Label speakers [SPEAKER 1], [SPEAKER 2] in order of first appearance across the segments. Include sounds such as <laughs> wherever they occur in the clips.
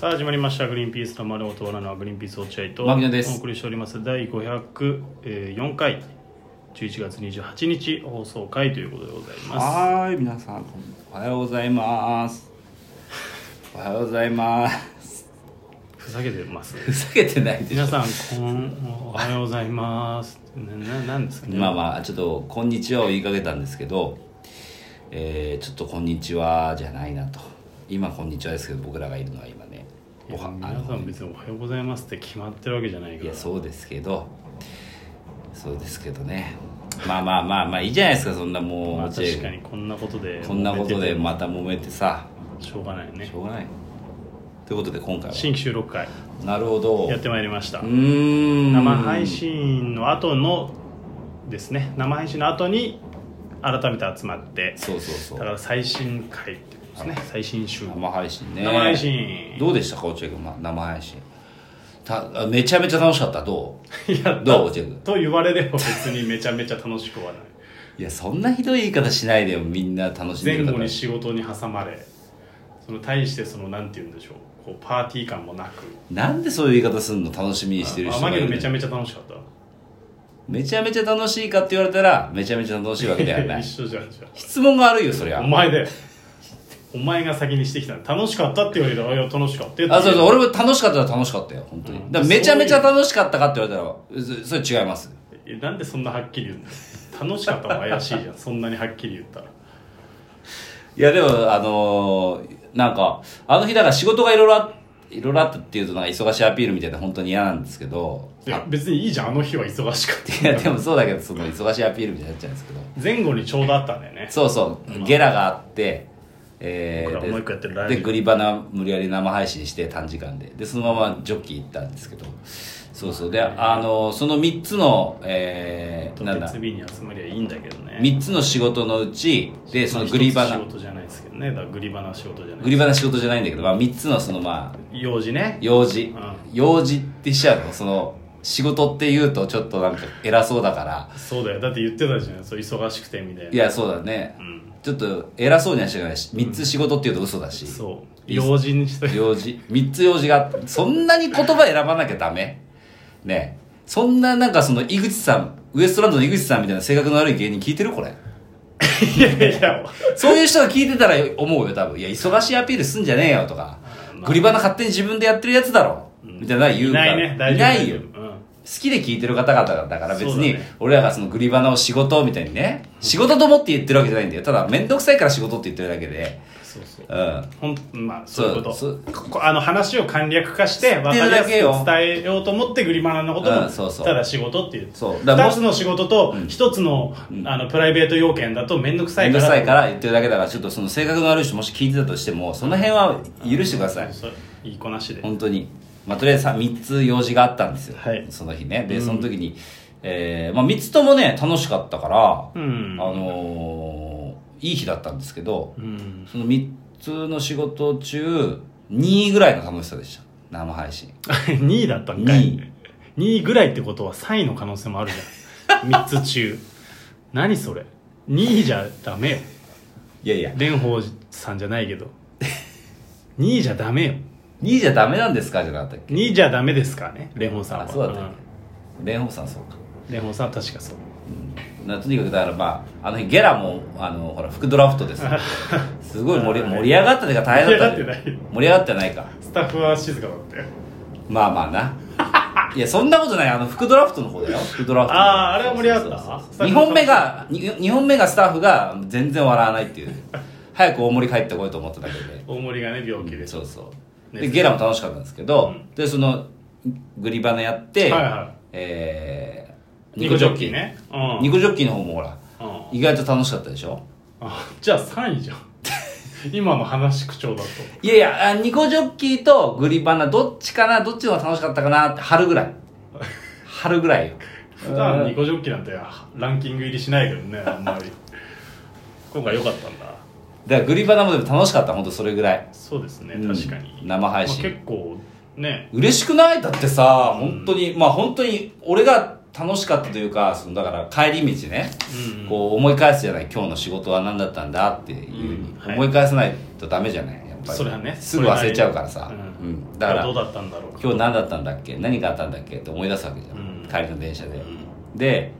[SPEAKER 1] さあ始まりました「グリーンピースの丸尾とナのグリーンピース落合」と
[SPEAKER 2] 牧野です
[SPEAKER 1] お送りしております第504回11月28日放送回ということでございます
[SPEAKER 2] はーい皆さんこんおはようございますおはようございます
[SPEAKER 1] ふざけてます
[SPEAKER 2] ふざけてないでし
[SPEAKER 1] 皆
[SPEAKER 2] ょ
[SPEAKER 1] さんこんおはようございますなななんですかね
[SPEAKER 2] まあまあちょっと「こんにちは」を言いかけたんですけど、えーちょっと「こんにちは」じゃないなと今「こんにちは」ですけど僕らがいるのは今ね
[SPEAKER 1] いや
[SPEAKER 2] はあ
[SPEAKER 1] 皆さ
[SPEAKER 2] の
[SPEAKER 1] ん別に「おはようございます」って決まってるわけじゃないか
[SPEAKER 2] い
[SPEAKER 1] ら
[SPEAKER 2] やそうですけどそうですけどねまあまあまあまあいいじゃないですかそんなもう、
[SPEAKER 1] まあ、
[SPEAKER 2] 落合
[SPEAKER 1] 確
[SPEAKER 2] 君
[SPEAKER 1] かにこんなことで
[SPEAKER 2] こんなことで
[SPEAKER 1] 揉め
[SPEAKER 2] また揉めてさ
[SPEAKER 1] ててしょうがないね
[SPEAKER 2] しょうがないということで今回は
[SPEAKER 1] 新規収録会
[SPEAKER 2] なるほど
[SPEAKER 1] やってまいりました
[SPEAKER 2] うーん
[SPEAKER 1] 生配信の後のですね生配信の後に改めて集まって
[SPEAKER 2] そうそう
[SPEAKER 1] だ
[SPEAKER 2] そ
[SPEAKER 1] か
[SPEAKER 2] う
[SPEAKER 1] ら最新回ってことですね最新週
[SPEAKER 2] 生配信ね
[SPEAKER 1] 生配信
[SPEAKER 2] どうでしたか落合君ま生配信たあめちゃめちゃ楽しかったど
[SPEAKER 1] いや
[SPEAKER 2] うどう落合君
[SPEAKER 1] と言われれば別にめちゃめちゃ楽しくはない
[SPEAKER 2] いやそんなひどい言い方しないでよみんな楽しんで
[SPEAKER 1] 前
[SPEAKER 2] る
[SPEAKER 1] 後
[SPEAKER 2] 方
[SPEAKER 1] に仕事に挟まれその対してそのなんて言うんでしょうこうパーティー感もなく
[SPEAKER 2] なんでそういう言い方すんの楽しみにしてる
[SPEAKER 1] あ
[SPEAKER 2] 人
[SPEAKER 1] マ
[SPEAKER 2] がい
[SPEAKER 1] ギ
[SPEAKER 2] る
[SPEAKER 1] の
[SPEAKER 2] の
[SPEAKER 1] めちゃめちゃ楽しかった
[SPEAKER 2] めちゃめちゃ楽しいかって言われたらめちゃめちゃ楽しいわけではない
[SPEAKER 1] 一緒じゃんじゃん
[SPEAKER 2] 質問があるよそりゃ
[SPEAKER 1] お前でお前が先にしてきたの楽しかったって言われたらあいや楽しかったよ
[SPEAKER 2] あそうそう俺も楽しかったら楽しかったよ本当に、
[SPEAKER 1] うん
[SPEAKER 2] だからめちゃめちゃ楽しかったかって言われたらそそれ違います
[SPEAKER 1] えなんでそんなはっきり言うんだよ楽しかったも怪しい
[SPEAKER 2] <laughs>
[SPEAKER 1] じゃんそんなにはっきり言ったら
[SPEAKER 2] いやでもあのーなんかあの日だから仕事がいろいろあいろいろあったっていうとなんか忙しいアピールみたいな本当に嫌なんですけど
[SPEAKER 1] いや
[SPEAKER 2] あ
[SPEAKER 1] 別にいいじゃんあの日は忙しかった
[SPEAKER 2] いやでもそうだけどその忙しいアピールみたいになっちゃうんですけど
[SPEAKER 1] 前後にちょうどあったんだよね
[SPEAKER 2] そうそうゲラがあってえ
[SPEAKER 1] 僕ら
[SPEAKER 2] ー、
[SPEAKER 1] もう一個やってるライブ
[SPEAKER 2] でグリバナ無理やり生配信して短時間ででそのままジョッキー行ったんですけどそうそうであのーその3つのえー、なんだ
[SPEAKER 1] 別日に集まりゃいいんだけどね
[SPEAKER 2] 3つの仕事のうちでそのグリバ
[SPEAKER 1] まあ一
[SPEAKER 2] ナ
[SPEAKER 1] つ仕事じゃないですけどねだからグリバナ仕事じゃない
[SPEAKER 2] グリバナ仕事じゃないんだけど、まあ、3つのそのまあ
[SPEAKER 1] 用事ね
[SPEAKER 2] 用事、
[SPEAKER 1] う
[SPEAKER 2] 用事ってしちゃうのその仕事って言うとちょっとなんか偉そうだから
[SPEAKER 1] そうだよだって言ってたじゃんそう忙しくてみたいない
[SPEAKER 2] やそうだね、
[SPEAKER 1] うん
[SPEAKER 2] ちょっと偉そうにはしてないし3つ仕事って言うと嘘だし、
[SPEAKER 1] そう用事にして
[SPEAKER 2] 用事3つ用事があってそんなに言葉選ばなきゃダメねえそんななんかその井口さんウエストランドの井口さんみたいな性格の悪い芸人聞いてるこれ
[SPEAKER 1] いやいや
[SPEAKER 2] そういう人が聞いてたら思うよ多分いや忙しいアピールすんじゃねえよとか、
[SPEAKER 1] まあ
[SPEAKER 2] グリバナ勝手に自分でやってるやつだろ、みたいなの言
[SPEAKER 1] いう
[SPEAKER 2] か
[SPEAKER 1] な
[SPEAKER 2] ら
[SPEAKER 1] いね大丈夫
[SPEAKER 2] ない
[SPEAKER 1] 大
[SPEAKER 2] よ
[SPEAKER 1] 丈夫うん
[SPEAKER 2] 好きで聞いてる方々だから別
[SPEAKER 1] そうだ
[SPEAKER 2] に
[SPEAKER 1] ね
[SPEAKER 2] 俺らがそのグリバナを仕事みたいにね仕事と思って言ってるわけじゃないんだよただ面倒くさいから仕事って言ってるだけで
[SPEAKER 1] そうそう
[SPEAKER 2] うん
[SPEAKER 1] ほんまあそういうこと
[SPEAKER 2] そう
[SPEAKER 1] ここあの話を簡略化して分かりやすく伝えようと思ってグリマラのことも、
[SPEAKER 2] うんそうそう
[SPEAKER 1] ただ仕事っていう
[SPEAKER 2] そうだか
[SPEAKER 1] 2
[SPEAKER 2] らもう
[SPEAKER 1] つの仕事と1つの,、あのプライベート要件だと面倒くさいか
[SPEAKER 2] 面倒
[SPEAKER 1] ら
[SPEAKER 2] くさいから言ってるだけだからちょっとその性格の悪い人もし聞いてたとしてもその辺は許してください
[SPEAKER 1] そういい子なしで
[SPEAKER 2] 本当にまあとりあえずさ3つ用事があったんですよ、
[SPEAKER 1] はい
[SPEAKER 2] その日ねでその時に、えーまあ、3つともね楽しかったから、
[SPEAKER 1] うん
[SPEAKER 2] あのーいい日だったんですけど、
[SPEAKER 1] うん <laughs>
[SPEAKER 2] その3つの仕事中2位ぐらいの楽しさでした生配信
[SPEAKER 1] 2位だったんかい
[SPEAKER 2] 二
[SPEAKER 1] 2, 位ぐらいってことは3位の可能性もあるじ
[SPEAKER 2] <laughs>
[SPEAKER 1] ゃん3つ中何それ2位じゃダメよ
[SPEAKER 2] いやいや2
[SPEAKER 1] 蓮舫さんじゃないけ
[SPEAKER 2] <laughs>
[SPEAKER 1] ど2位じゃダメよ
[SPEAKER 2] 位じゃダメなんですかじゃなかったっけ
[SPEAKER 1] 2位じゃダメですからね蓮舫さんは
[SPEAKER 2] あそうだったっけ蓮舫さんそうか
[SPEAKER 1] うん蓮舫さんは確かそう
[SPEAKER 2] なとにかくだからまああの日ゲラもあのほら副ドラフト
[SPEAKER 1] <laughs>
[SPEAKER 2] ですすごい盛り盛り上がったというか大変だった
[SPEAKER 1] 盛り上がってない
[SPEAKER 2] 盛り上がってないか
[SPEAKER 1] スタッフは静かだったよ
[SPEAKER 2] まあまあ
[SPEAKER 1] <laughs>
[SPEAKER 2] ないやそんなことないあの副ドラフトの方だよ副ドラフトの方
[SPEAKER 1] あーあれは盛り上がった
[SPEAKER 2] そうそうそう二本目がに二本目がスタッフが全然笑わないっていう早く大森帰ってこいと思っただけで
[SPEAKER 1] 大森がね病気で
[SPEAKER 2] そうそうで
[SPEAKER 1] ね
[SPEAKER 2] ゲラも楽しかったんですけど、
[SPEAKER 1] うん
[SPEAKER 2] でそのグリバナやって、
[SPEAKER 1] はいはい
[SPEAKER 2] えー
[SPEAKER 1] ニコジョッキーねうん
[SPEAKER 2] ニコジョッキーの方もほら
[SPEAKER 1] うん
[SPEAKER 2] 意外と楽しかったでしょ
[SPEAKER 1] あじゃあ3位じゃん今の話口調だと
[SPEAKER 2] いやいやあニコジョッキーとグリバナどっちかなどっちの方が楽しかったかなって春ぐ
[SPEAKER 1] <laughs>
[SPEAKER 2] らい春ぐらいよ
[SPEAKER 1] 普段ニコジョッキなんてランキング入りしないけ
[SPEAKER 2] <laughs>
[SPEAKER 1] どねあんまり今回良かったんだ
[SPEAKER 2] だからグリバナもでも楽しかった本当それぐらい
[SPEAKER 1] そうですね
[SPEAKER 2] うん
[SPEAKER 1] 確かに、
[SPEAKER 2] 生配信
[SPEAKER 1] まあ結構ね
[SPEAKER 2] 嬉しくないだってさ本当に、まあ本当に俺が楽しかったというかそのだから帰り道ね、
[SPEAKER 1] うん
[SPEAKER 2] こう思い返すじゃない今日の仕事は何だったんだっていう、
[SPEAKER 1] うんはい
[SPEAKER 2] 思い返さないとダメじゃないやっっぱり
[SPEAKER 1] それはね
[SPEAKER 2] すぐ忘れちゃうから
[SPEAKER 1] そ
[SPEAKER 2] さ
[SPEAKER 1] れなり、
[SPEAKER 2] う
[SPEAKER 1] にうん
[SPEAKER 2] ん、だから
[SPEAKER 1] どうだったんだろう
[SPEAKER 2] 今日何だったんだっけ何があったんだっけって思い出すわけじゃん、
[SPEAKER 1] うん
[SPEAKER 2] 帰りの電車で、
[SPEAKER 1] う
[SPEAKER 2] で、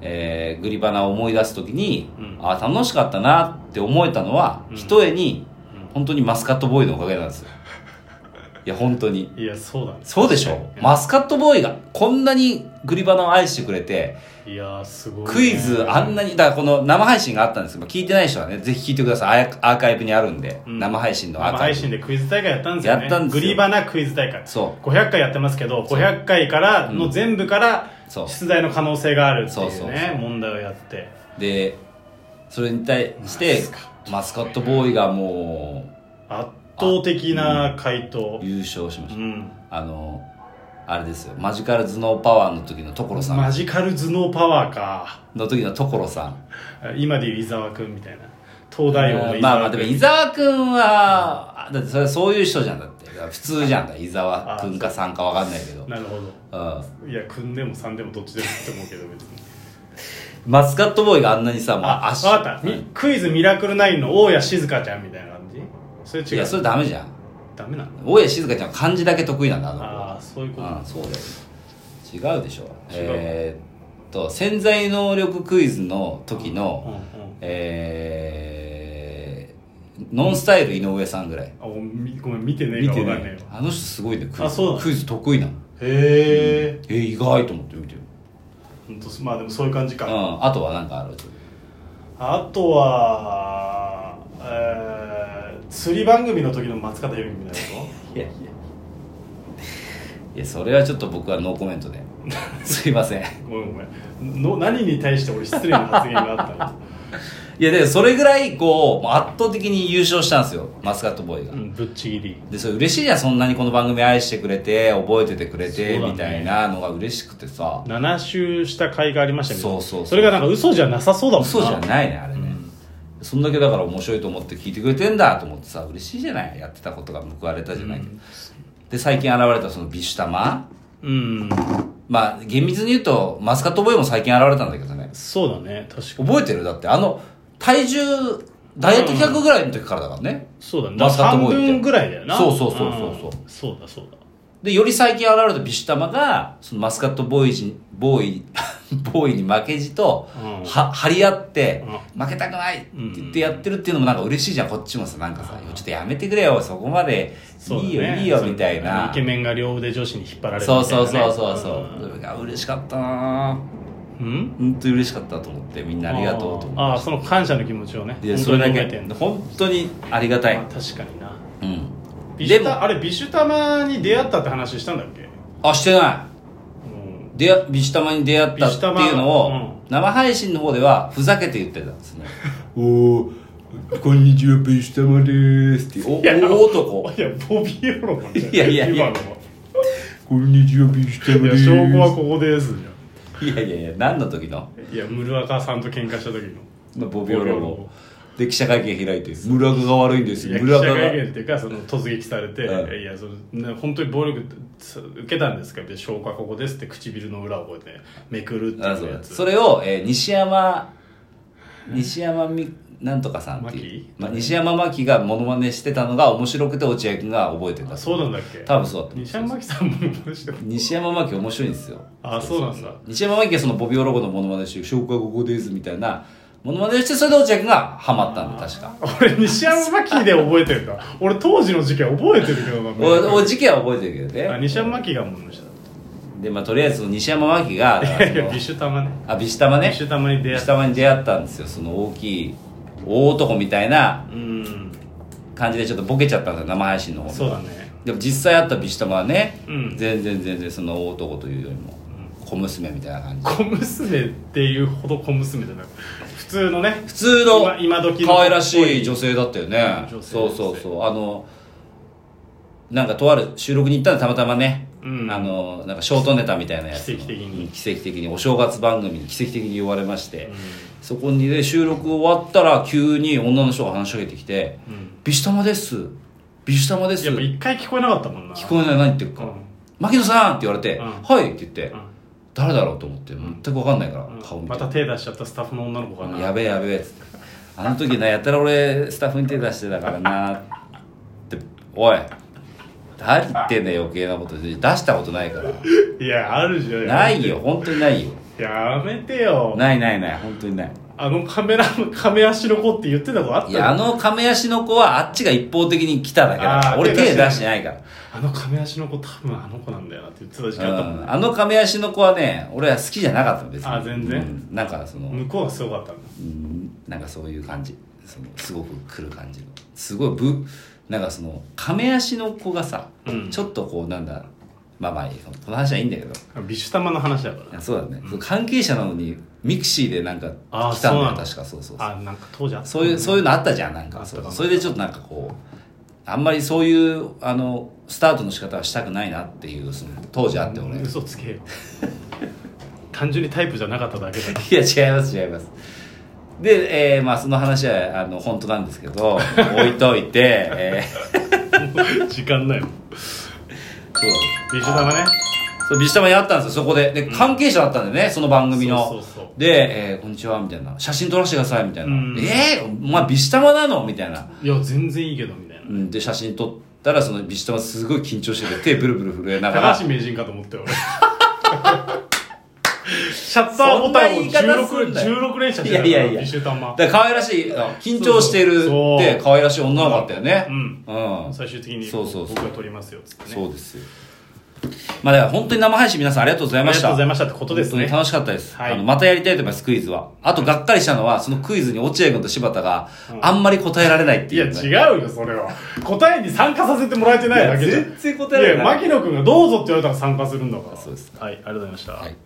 [SPEAKER 2] えーグリバナを思い出す時に、
[SPEAKER 1] うん
[SPEAKER 2] ああ楽しかったなって思えたのは、
[SPEAKER 1] うん
[SPEAKER 2] ひとえに
[SPEAKER 1] うん
[SPEAKER 2] 本当にマスカットボーイのおかげなんですよいや本当に
[SPEAKER 1] いやそうだね
[SPEAKER 2] そうでしょマスカットボーイがこんなにグリバナを愛してくれて
[SPEAKER 1] いやーすごいね、
[SPEAKER 2] クイズあんなにだからこの生配信があったんですよ聞いてない人はねぜひ聞いてくださいアーアーカイブにあるんで、
[SPEAKER 1] うん
[SPEAKER 2] 生配信のア
[SPEAKER 1] 生
[SPEAKER 2] ーカ
[SPEAKER 1] 配
[SPEAKER 2] イブ
[SPEAKER 1] 信でクイズ大会やったんですよね
[SPEAKER 2] やったんですよ
[SPEAKER 1] グリバナクイズ大会
[SPEAKER 2] そ
[SPEAKER 1] 500回やってますけど500回からの全部から
[SPEAKER 2] そう
[SPEAKER 1] 出題の可能性があるっていうね
[SPEAKER 2] そうそうそう
[SPEAKER 1] 問題をやって
[SPEAKER 2] うでそれに対してマスカットボーイがも
[SPEAKER 1] 圧倒的な回答
[SPEAKER 2] う優勝しま
[SPEAKER 1] う
[SPEAKER 2] した、
[SPEAKER 1] ん
[SPEAKER 2] あのあれですよマジカル頭脳パワーの時の所さん
[SPEAKER 1] マジカル頭脳パワーか
[SPEAKER 2] の時の所さん
[SPEAKER 1] 今でいう伊沢くんみたいな東大王の伊
[SPEAKER 2] まあま
[SPEAKER 1] 沢
[SPEAKER 2] あで
[SPEAKER 1] く
[SPEAKER 2] も
[SPEAKER 1] ん
[SPEAKER 2] 伊沢くんはあだってそれはそういう人じゃんだって普通じゃんだ伊沢くんかさんかわかんないけど、
[SPEAKER 1] なるほ
[SPEAKER 2] うん、
[SPEAKER 1] どいやくんでもさんでもどっちでもいいと思うけど別に
[SPEAKER 2] マスカットボーイがあんなにさもう
[SPEAKER 1] あ
[SPEAKER 2] 足
[SPEAKER 1] わかった、
[SPEAKER 2] う
[SPEAKER 1] み
[SPEAKER 2] ん
[SPEAKER 1] クイズミラクルナインの大谷静香ちゃんみたいな感じそれ
[SPEAKER 2] い
[SPEAKER 1] 違
[SPEAKER 2] や
[SPEAKER 1] う
[SPEAKER 2] それダメじゃん
[SPEAKER 1] ダメなの
[SPEAKER 2] 大家静香ちゃんは漢字だけ得意なんだあの子
[SPEAKER 1] ああそういうこと
[SPEAKER 2] ああそうだよ違うでしょえ
[SPEAKER 1] 違
[SPEAKER 2] ーっと潜在能力クイズの時の、
[SPEAKER 1] うんうん
[SPEAKER 2] えーノンスタイル井上さんぐらい、
[SPEAKER 1] あおみごめん見てねえ
[SPEAKER 2] 見
[SPEAKER 1] か
[SPEAKER 2] て
[SPEAKER 1] 分かんね
[SPEAKER 2] ねあの人すごいねクイ
[SPEAKER 1] あ
[SPEAKER 2] ズ
[SPEAKER 1] そうなの
[SPEAKER 2] クイズ得意なの
[SPEAKER 1] えよへえ
[SPEAKER 2] え意外と思って見てる、
[SPEAKER 1] ほんとまあでもそういう感じ
[SPEAKER 2] う
[SPEAKER 1] か、
[SPEAKER 2] ん、あとは何かある
[SPEAKER 1] あとは、えー、釣り番組の時の松方由美みたいなこ
[SPEAKER 2] いやいやいやそれはちょっと僕はノーコメントで
[SPEAKER 1] <laughs>
[SPEAKER 2] すいません <laughs>
[SPEAKER 1] とごめんごめんの何に対して俺失礼な発言があっ
[SPEAKER 2] いやでもそれぐらいこうもう圧倒的に優勝したんですよマスカットボーイが、 <laughs>
[SPEAKER 1] たの、うん、ぶっちぎり
[SPEAKER 2] でそれ嬉しいじゃんそんなにこの番組愛してくれて覚えててくれ
[SPEAKER 1] そう
[SPEAKER 2] て、
[SPEAKER 1] だね
[SPEAKER 2] みたいなのが嬉しくてさ
[SPEAKER 1] 7周した甲斐がありましたけど
[SPEAKER 2] そうそうそう
[SPEAKER 1] それがなんか嘘じゃなさそうだもんな
[SPEAKER 2] 嘘じゃないねあれ
[SPEAKER 1] う
[SPEAKER 2] ね、
[SPEAKER 1] ん
[SPEAKER 2] そんだけだから面白いと思って聞いてくれてんだと思ってさ嬉しいじゃないやってたことが報われたじゃないけど、で最近現れたそのビシュタマ
[SPEAKER 1] うん
[SPEAKER 2] まあ厳密に言うとマスカットボーイも最近現れたんだけどね
[SPEAKER 1] そうだね確かに
[SPEAKER 2] 覚えてるだってあの体重ダイエット企画ぐらいの時からだからね、
[SPEAKER 1] そうだね
[SPEAKER 2] マスカットボーイって
[SPEAKER 1] 半分ぐらいだよな
[SPEAKER 2] そうそうそうそうそうん
[SPEAKER 1] そうだそうだ
[SPEAKER 2] で、より最近現れたビシュタマが、そのマスカットボーイじ、ボーイ、 <laughs> ボーイに負けじと、
[SPEAKER 1] うん
[SPEAKER 2] は、張り合って、負けたくないって言ってやってるっていうのもなんか嬉しいじゃん、こっちもさ、なんかさ、いやちょっとやめてくれよ、そこまで、
[SPEAKER 1] そうだ
[SPEAKER 2] い
[SPEAKER 1] ね
[SPEAKER 2] いよ、いいよ、みたい
[SPEAKER 1] そう
[SPEAKER 2] な。
[SPEAKER 1] イケメンが両腕女子に引っ張られるみたい
[SPEAKER 2] そ
[SPEAKER 1] な
[SPEAKER 2] う
[SPEAKER 1] ね
[SPEAKER 2] そうそうそうそう。それが嬉しかったな
[SPEAKER 1] うんうん
[SPEAKER 2] 本当に嬉しかったと思って、みんなありがとうと思
[SPEAKER 1] あーあーその感謝の気持ちをね
[SPEAKER 2] って。で、それだ
[SPEAKER 1] 本当
[SPEAKER 2] け
[SPEAKER 1] に褒めてん、の
[SPEAKER 2] 本当にありがたい
[SPEAKER 1] まあ。確かにな
[SPEAKER 2] うん。
[SPEAKER 1] ビシュ
[SPEAKER 2] でも
[SPEAKER 1] タあれビシュタマに出会ったって話したんだっけ
[SPEAKER 2] あ、してない
[SPEAKER 1] うん
[SPEAKER 2] 出会ビシュタマに出会ったっていうのを、
[SPEAKER 1] ビシュタマうん
[SPEAKER 2] 生配信の方ではふざけて言ってたんですね <laughs> おおこんにちはビシュタマですってお
[SPEAKER 1] や
[SPEAKER 2] 大男
[SPEAKER 1] いやボビーオロなんだよ
[SPEAKER 2] いやいやいや
[SPEAKER 1] 今のは
[SPEAKER 2] こんにちはビシュ
[SPEAKER 1] いや証拠はここですじゃ
[SPEAKER 2] いやいやいや何の時の、
[SPEAKER 1] んいやムルアカさんと喧嘩した時の
[SPEAKER 2] まあ、ボビオ
[SPEAKER 1] ボ
[SPEAKER 2] ロ
[SPEAKER 1] ビオロ
[SPEAKER 2] もで記者会見開いて村が悪いんです
[SPEAKER 1] いや記
[SPEAKER 2] 村
[SPEAKER 1] 者
[SPEAKER 2] が
[SPEAKER 1] 会見っていうかその突撃されて「
[SPEAKER 2] うん
[SPEAKER 1] いやそのね本当に暴力つ受けたんですか?」って「証拠はここです」って唇の裏をこうやってめくるって
[SPEAKER 2] あ
[SPEAKER 1] い
[SPEAKER 2] そう
[SPEAKER 1] うや
[SPEAKER 2] だ
[SPEAKER 1] つ
[SPEAKER 2] それを、えー西山西山みなんとかさんっていう
[SPEAKER 1] 真、
[SPEAKER 2] まあ、西山真紀がモノマネしてたのが面白くて落合君が覚えてた
[SPEAKER 1] あそうなんだっけ
[SPEAKER 2] 多分そうだと思う
[SPEAKER 1] 西山真紀さんも面白い
[SPEAKER 2] 西山真紀面白いんですよ
[SPEAKER 1] あそうなんだ
[SPEAKER 2] 西山真紀はそのボビオロゴのモノマネして「紹介ここです」みたいなモノマネをしてそれで落合君がハマったんだ確か
[SPEAKER 1] 俺西山真紀で覚えてるんだ俺当時の事件覚えてるけどな
[SPEAKER 2] おお事件は覚えてるけど
[SPEAKER 1] あ
[SPEAKER 2] ね
[SPEAKER 1] 西山真紀がもんでした
[SPEAKER 2] でまあとりあえずその西山真紀がだか
[SPEAKER 1] いや
[SPEAKER 2] ら
[SPEAKER 1] い
[SPEAKER 2] そ
[SPEAKER 1] や
[SPEAKER 2] の
[SPEAKER 1] ビシュタマね
[SPEAKER 2] あビシタマ
[SPEAKER 1] ビ
[SPEAKER 2] ね
[SPEAKER 1] シュタマに出
[SPEAKER 2] ビ
[SPEAKER 1] 会っ
[SPEAKER 2] シ
[SPEAKER 1] た
[SPEAKER 2] タマに出会ったんですよその大きい大男みたいな
[SPEAKER 1] うん
[SPEAKER 2] 感じでちょっとボケちゃったんですよ生配信の方
[SPEAKER 1] そうだね
[SPEAKER 2] でも実際会ったビシタマはね、
[SPEAKER 1] うん
[SPEAKER 2] 全然全然その大男というよりも小娘みたいな感じ
[SPEAKER 1] 小娘っていうほど小娘じゃなく普通のね
[SPEAKER 2] 普通の
[SPEAKER 1] 今今時の
[SPEAKER 2] 可愛らしい女性だったよね
[SPEAKER 1] 女性
[SPEAKER 2] そうそうそうあのなんかとある収録に行ったらたまたまね、
[SPEAKER 1] うん
[SPEAKER 2] あのなんかショートネタみたいなやつの
[SPEAKER 1] 奇跡的に
[SPEAKER 2] うん奇跡的にお正月番組に奇跡的に言われまして、
[SPEAKER 1] うん
[SPEAKER 2] そこにで収録終わったら急に女の人が話しかけてきて
[SPEAKER 1] うん
[SPEAKER 2] 「ビシュタマですビシュタマです」
[SPEAKER 1] やっぱ
[SPEAKER 2] 聞
[SPEAKER 1] 一回聞こえなかったもんな
[SPEAKER 2] こえない何言ってるか
[SPEAKER 1] うん
[SPEAKER 2] 「牧野さん!」って言われて「
[SPEAKER 1] うん
[SPEAKER 2] はい」って言って、
[SPEAKER 1] うん
[SPEAKER 2] 誰だろうと思って全く分かんないから、
[SPEAKER 1] うん
[SPEAKER 2] 顔見て
[SPEAKER 1] また手出しちゃったスタッフの女の子かな
[SPEAKER 2] やべえやべえっつってあの時なやたら俺スタッフに手出してたからなっておい何言ってんだよ余計なこと出したことないから
[SPEAKER 1] いやあるじゃん
[SPEAKER 2] ないよ本当にないよ
[SPEAKER 1] やめてよ
[SPEAKER 2] ないないない本当にない
[SPEAKER 1] あのカメラ亀足の子って言ってた子あった
[SPEAKER 2] い
[SPEAKER 1] の
[SPEAKER 2] やあの亀足の子はあっちが一方的に来ただけだから
[SPEAKER 1] あー
[SPEAKER 2] 俺手
[SPEAKER 1] 手出し
[SPEAKER 2] 出
[SPEAKER 1] てない
[SPEAKER 2] してないから
[SPEAKER 1] あの亀足の子多分あの子なんだよなって言ってた時期あったもん
[SPEAKER 2] うんあの亀足の子はね俺は好きじゃなかったの別に
[SPEAKER 1] あ全然
[SPEAKER 2] うんなんかその、
[SPEAKER 1] 向こうはすごかったの
[SPEAKER 2] うんなんかそういう感じそのすごく来る感じのすごいぶなんかその亀足の子がさ、
[SPEAKER 1] うん
[SPEAKER 2] ちょっとこうなんだまあまあいいこの話はいいんだけど
[SPEAKER 1] ビシュ玉の話だか
[SPEAKER 2] いやそうだね、そう関係者なのにミクシーでなんか
[SPEAKER 1] あー
[SPEAKER 2] 来たんだよ
[SPEAKER 1] そうなの
[SPEAKER 2] 確かそうそうそう
[SPEAKER 1] らあなんか当時あった
[SPEAKER 2] そういう、そういうのあったじゃん、なん
[SPEAKER 1] あ
[SPEAKER 2] か。
[SPEAKER 1] った
[SPEAKER 2] そう
[SPEAKER 1] か
[SPEAKER 2] それでちょっとなんかこう、あんまりそういう、あの、スタートの仕方はしたくないなっていう、その当時あって俺。い
[SPEAKER 1] <laughs> 嘘つけよ単純にタイプじゃなかっただけだ <laughs>
[SPEAKER 2] や、 <laughs> 違います、違います。で、えーまあその話は、あの、本当なんですけど、置いといて、 <laughs> えー
[SPEAKER 1] 時間ないもん
[SPEAKER 2] そう
[SPEAKER 1] ビシュ玉ね
[SPEAKER 2] そう、ビシタマにあったんですよ、そこで。で、関係者だったんでね、その番組の。
[SPEAKER 1] そうそうそう
[SPEAKER 2] で、えーこんにちは、みたいな。写真撮らせてください、みたいな。
[SPEAKER 1] うん
[SPEAKER 2] えー、お前ビシタマなのみたいな。
[SPEAKER 1] いや全然いいけどみたいな
[SPEAKER 2] うん、で、写真撮ったら、そのビシタマすごい緊
[SPEAKER 1] <laughs>
[SPEAKER 2] 張してて、手ブルブル震えながら
[SPEAKER 1] 高。橋名人かと思ったよ俺 <laughs> シャッター
[SPEAKER 2] そ
[SPEAKER 1] ボ
[SPEAKER 2] んな
[SPEAKER 1] タンを
[SPEAKER 2] 言い方すん
[SPEAKER 1] 16,
[SPEAKER 2] なよ
[SPEAKER 1] 16連射して
[SPEAKER 2] いやいやいや
[SPEAKER 1] ビシュ玉
[SPEAKER 2] だから可愛らしいあ緊張してる
[SPEAKER 1] そう
[SPEAKER 2] っ
[SPEAKER 1] そう
[SPEAKER 2] て可愛らしい女の子だったよね
[SPEAKER 1] うん
[SPEAKER 2] うん
[SPEAKER 1] 最終的に
[SPEAKER 2] そうそうそう
[SPEAKER 1] 僕が撮りますよっつってね
[SPEAKER 2] そうですよまあだから本当に生配信皆さんありがとうござ
[SPEAKER 1] あ
[SPEAKER 2] い
[SPEAKER 1] りが
[SPEAKER 2] ま
[SPEAKER 1] と
[SPEAKER 2] し
[SPEAKER 1] う
[SPEAKER 2] た
[SPEAKER 1] ございましたってことです
[SPEAKER 2] 本当
[SPEAKER 1] ね
[SPEAKER 2] に楽しかったです、
[SPEAKER 1] はい
[SPEAKER 2] あのまたやりたいと思いますクイズはあとがっかりしたのはそのクイズに落合君と柴田があんまり答えられないって
[SPEAKER 1] い
[SPEAKER 2] い
[SPEAKER 1] や
[SPEAKER 2] う、ね
[SPEAKER 1] 違うよそれは答えに参加させてもらえてないだけじゃん
[SPEAKER 2] いや全然答えられない
[SPEAKER 1] や牧野君がどうぞって言われたら参加するんだから
[SPEAKER 2] そうです
[SPEAKER 1] はいありがとうございました、
[SPEAKER 2] はい